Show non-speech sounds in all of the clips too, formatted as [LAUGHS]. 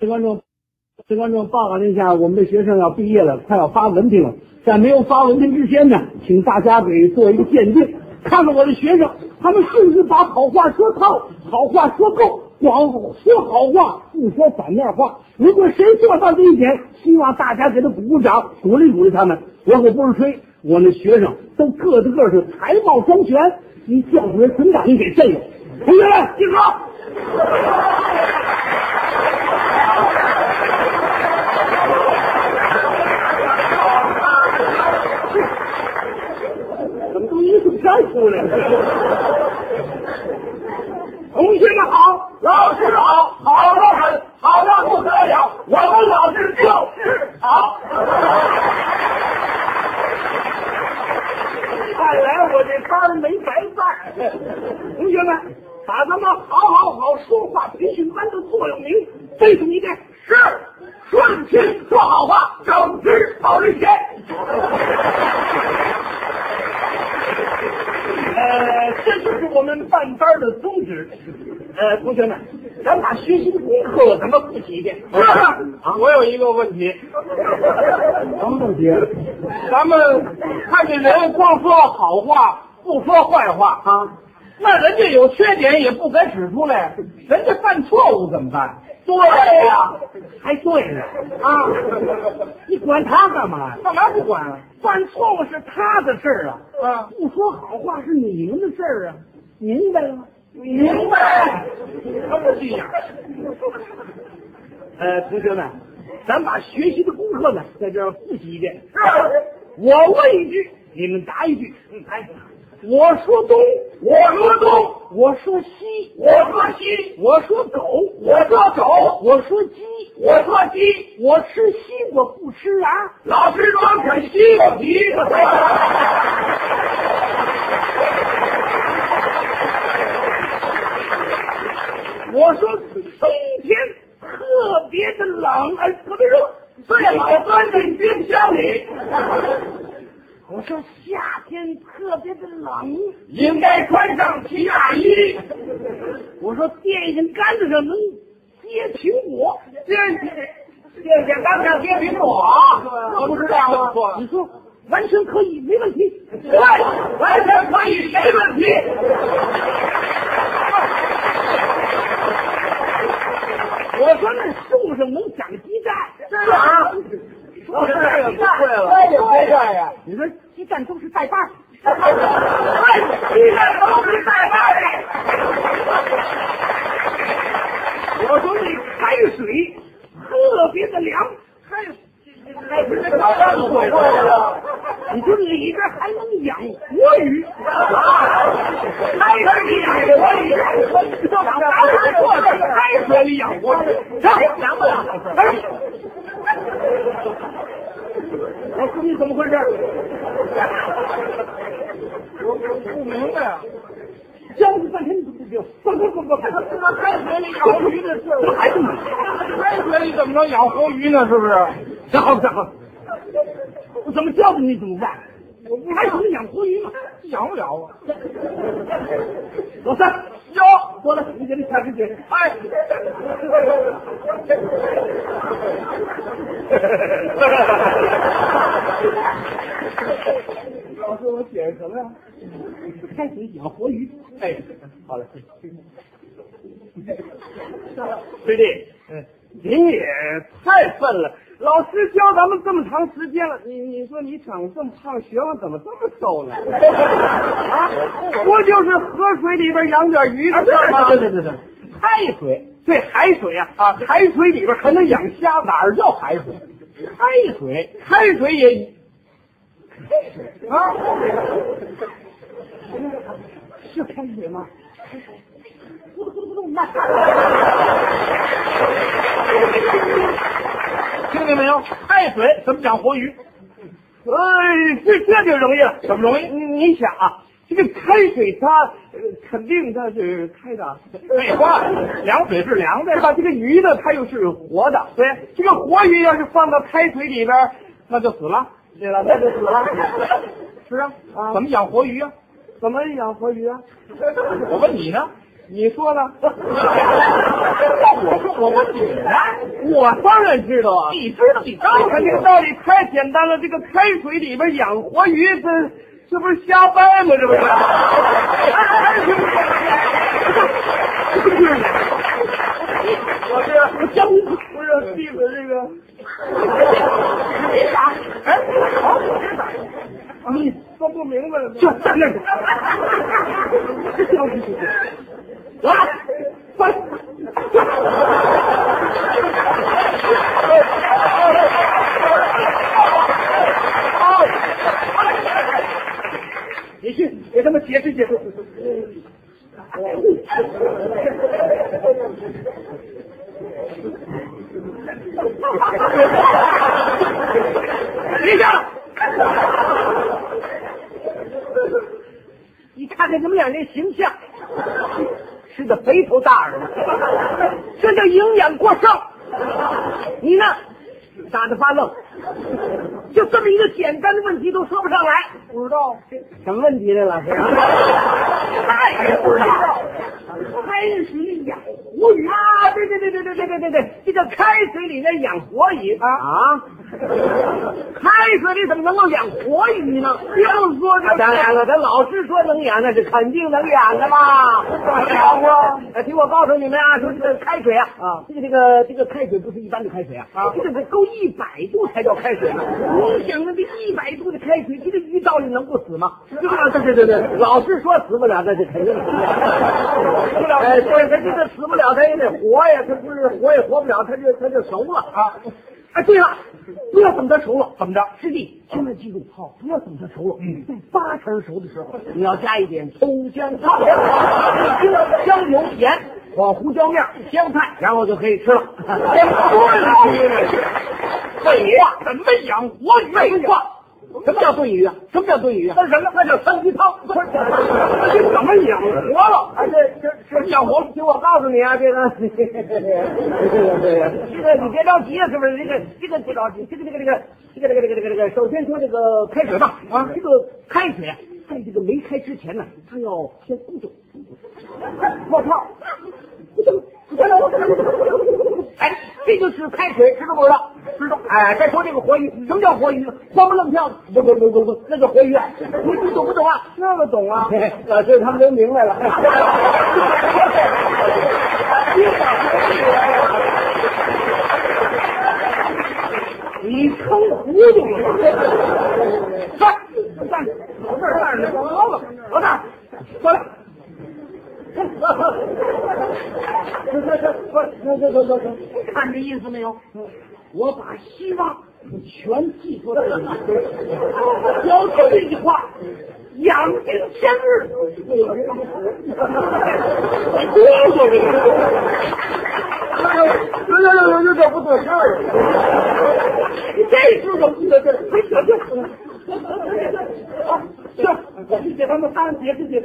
石观众，石观众报告一下，我们的学生要毕业了，快要发文凭了。在没有发文凭之前呢，请大家给做一个鉴定，看看我的学生，他们是不是把好话说透，好话说够，光说好话不说反面话。如果谁做到这一点，希望大家给他鼓鼓掌，鼓励鼓励他们。我可不是吹，我们的学生都个子个是才貌双全，集教学成长于给阵容。同学们，集合！怎么都艺术片出来了？同学们好，老师好，好的很，好的不得了，我们老师就是好。看来我这班儿没白办。同学们，把咱们好好好说话培训班的座右铭背诵一遍：是顺心说好话，正直保人贤。呃，这就是我们办班的宗旨。呃，同学们，咱把学习的功课咱们复习一遍。啊，我有一个问题，什么问题？咱们看这人光说好话，不说坏话啊，那人家有缺点也不敢指出来，人家犯错误怎么办？对呀、还对呢啊！你管他干嘛呀？干嘛不管啊？犯错误是他的事儿啊，啊不说好话是你们的事儿啊，明白了吗？明白，他这心眼儿呃，同学们，咱把学习的功课呢，在这儿复习一遍。我问一句，你们答一句。嗯，哎，我说东，我说东；我说西，我说西；我说狗，我说狗；我说鸡，我说鸡；我吃西瓜不吃啊瓤、老师光啃西瓜皮。我说冬天特别的冷，哎，特别热，最好关在冰箱里。我说夏天特别的冷，应该穿上皮大衣。我说电线杆子上能接苹果，电电线杆子上接苹果，可不是这样吗？你说完全可以，没问题。对，完全可以，没问题。我说那树上能长鸡蛋，是啊，哎我我说说这这个个不不会会了了，呀。你说鸡蛋都是带把儿，鸡蛋都是带把的，我说那海水特别的凉，哎还还不是早上就会了。你说里边还能养活鱼，哎哎海水里养活鱼，咱们坐在海水里养活鱼，上凉不凉？我说你怎么回事？我不明白啊。教你半天你都不行，不不不不，海水里养活鱼的事儿，还是你。海水里怎么能养活鱼呢？是不是？这好这好，我怎么教你怎么办？我不还能养活鱼吗？养不了啊。老三，有，过来，你给他下去去。哎，老师，我写什么呀？开始养活鱼。哎，好了，师弟，您也太笨了。老师教咱们这么长时间了，你你说你长这么胖，学问怎么这么瘦呢？啊，不就是河水里边养点鱼啊对对对对对，海水，对海水啊啊，海水里边还能养虾，哪儿叫海水？海水，海水也啊，是开水吗？听见没有？海水怎么养活鱼？哎，这这就容易了。怎么容易？你你想啊，这个开水它呃肯定它是开的，废话，凉水是凉的对。吧？这个鱼呢，它又是活的，对，这个活鱼要是放到开水里边儿，那就死了，对了，那就死了。是啊， [LAUGHS] 啊怎么养活鱼啊？怎么养活鱼啊？我问你呢，你说呢？那 [LAUGHS] 我说我问你啊，我当然知道啊。你知道你当然这个道理太简单了，这个开水里边养活鱼，这这不是瞎掰吗？这不是？我这我江不是弟子这个。哎，好，我这咋？你说不明白了，就站那儿。啊，翻。你去给他们解释解释。别下了。你看看你们俩这形象，吃的肥头大耳的，这叫营养过剩。你呢，傻的发愣，就这么一个简单的问题都说不上来，不知道，什么问题呢，老师？ [LAUGHS] 太也不知道。开水养活鱼啊！对对对对对对对对对，这叫开水里面养活鱼啊！啊，开水里怎么能够养活鱼呢？要说这、当然了，咱老师说能养，那是肯定能养的嘛。养啊！哎，听我告诉你们啊，说这个开水啊，啊，这个这个这个开水不是一般的开水啊，啊，这个得够一百度才叫开水呢。啊你想那这一百度的开水，这个鱼到底能不死吗？是吧？啊对对对对，老师说死不了，那是肯定死不了。死不了。 [LAUGHS] 哎，对，他这个死不了，他也得活呀，他不是活也活不了，他就他就熟了啊。哎，对了，不要等他熟了，怎么着？师弟，千万记住，好，不要等他熟了，嗯，在八成熟的时候，你要加一点葱姜蒜、香油、盐、往胡椒面、香菜，然后就可以吃了。 [LAUGHS] 废话，什么养活鱼？废话。什么叫炖鱼啊？什么叫炖鱼啊？那什么？那叫三鸡汤。不是，这怎么养活了？哎，这这这养活？听我告诉你啊，这个，这个这个，这个你别着急啊，是不是？这个这个别着急，这个这个这个这个这个这个这个这个，首先说这个开水吧，啊，这个开水啊在这个没开之前呢，它要先咕嘟，冒泡，哎，这就是开水，知道不知道？知道。哎，再说这个活鱼，什么叫活鱼？活蹦乱跳的，不不不不不，那叫活鱼。啊你你懂不懂啊？那个懂啊？老师他们都明白了。哎你成糊涂了！站站，老这站着，老子老大，过来。看这意思没有？我把希望全寄托在你身上。要说这句话，养精千日。你哆嗦你。哎有有有有有点不得劲儿了。你这时候不得劲儿，没得劲儿。啊，行，给他们仨解释解释。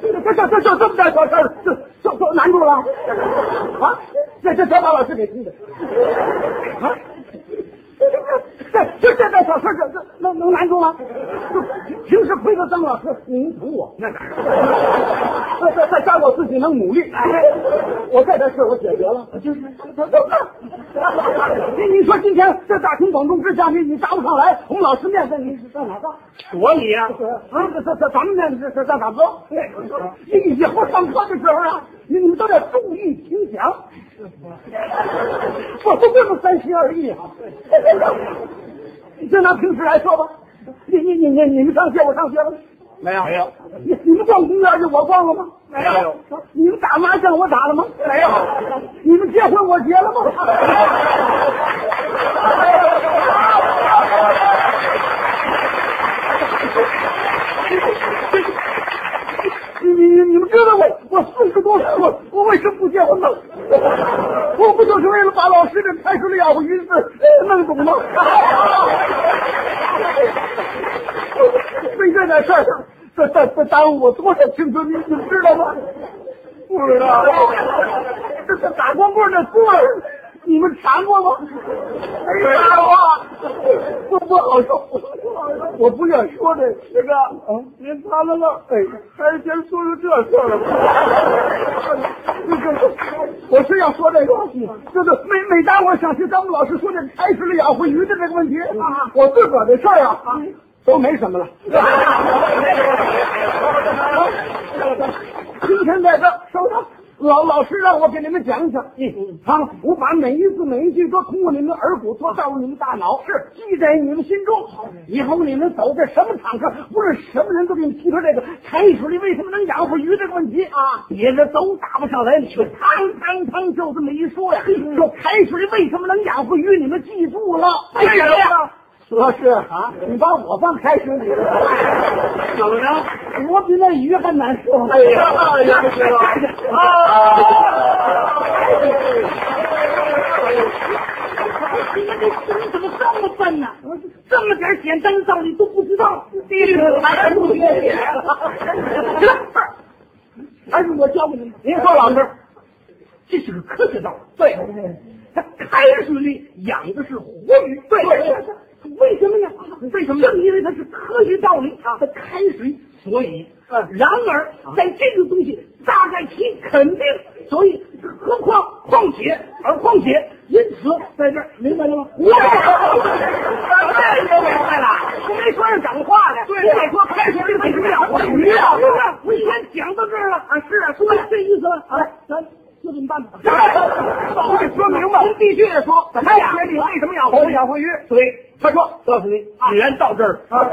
这这这这这么点小事儿，这这这难住了啊！这这全把老师给气的啊！这这这点小事儿，这这能能难住吗？平时亏了张老师，您疼我那哪？这这这这我自己能努力，哎，我这点事我解决了，就是。你你说今天这大庭广众之下，你你答不上来，我们老师面子你上哪当？我你呀，啊，这这这咱们面子这上哪搁？以以后上课的时候啊，你你们都得注意听讲。我都这么三心二意啊！你就拿平时来说吧，你你你你你们上学我上学了吗？没有没有，你你们逛公园去我逛了吗？哎没有。你们打麻将我打了吗？没有。你们结婚我结了吗？你你你们知道我我四十多岁我我为什么不结婚吗？呃头。为这点事儿，这这这耽误我多少青春，你你知道吗？不知道，这这打光棍的滋味儿，你们尝过吗？没看过。不不好受，我不愿意说这个。这个，您擦了了，哎，还是先说说这事儿吧。我是要说这个，就是每每当我想起张老师说这开始了养活鱼的这个问题，我自个儿的事儿啊，都没什么了。今天在这儿收到，老老师让我给你们讲讲，嗯，啊，我把每一字每一句都通过你们的耳骨都到你们大脑，是记在你们心中。以后你们走在什么场合，不是什么人都给你提出这个海水里为什么能养活鱼这个问题啊，别的都答不上来，你就汤汤汤就这么一说呀，说海水为什么能养活鱼，你们记住了。哎呀老师啊，你把我放开水里了，怎么着？我比那鱼还难受。哎呀，哎呀，知道你看这你怎么这么笨呢、这么点简单的道理都不知道，哎地址还不缺钱。还是我教给你们。您说，老师，这是个科学道理。对，它开水里养的是活鱼，对为什么呢？为什么？正因为它是科学道理啊，它开水，所以，然而在这个东西大概其肯定，所以，何况况且，而况且，因此在这儿明白了吗？我这你明白了？我没说是讲话呢，对我说开水里为什么养活鱼啊？我一看讲到这儿了啊，是啊，说这意思了，啊，咱就这么办吧。我得说明白。您必须得说，怎么呀？你为什么养活养活鱼？对，他说，告诉你，既然到这儿啊，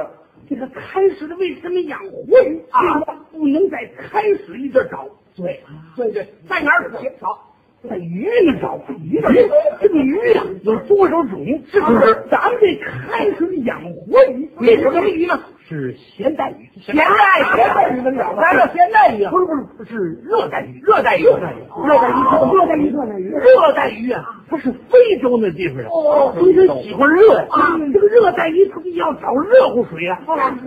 这个开水的为什么养活鱼啊？不能在开水里这找，对，对对，在哪儿找？在鱼那找，鱼那儿这个鱼呀有多少种？是不是？咱们这开水里养活鱼，那是什么鱼呢？是咸带鱼， [LAUGHS] 咸现在咸带现鱼鱼能养活咱这咸带鱼啊，不是不是不是热带鱼，热带鱼，热带鱼，热带鱼，热带鱼，热带鱼。热带鱼啊，它是非洲那地方人，哦非洲喜欢热呀。啊，这个热带鱼特别要找热乎水啊，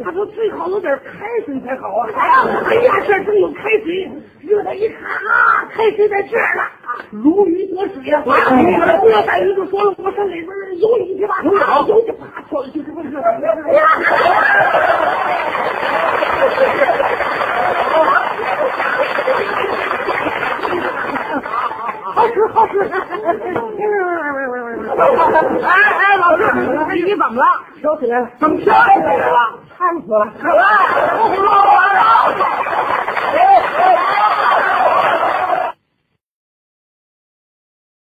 他说最好有点开水才好啊。哎呀，哎呀，这儿真有开水，热带鱼咔，开水在这儿了，啊如鱼得水呀、啊！热带鱼就说了，我上里边游泳去吧，游泳游去，啪跳下去，这不是？哎好吃好吃！哎哎，老师，你怎么了？怎么漂亮起来了？烫死了！可爱，不胡闹了。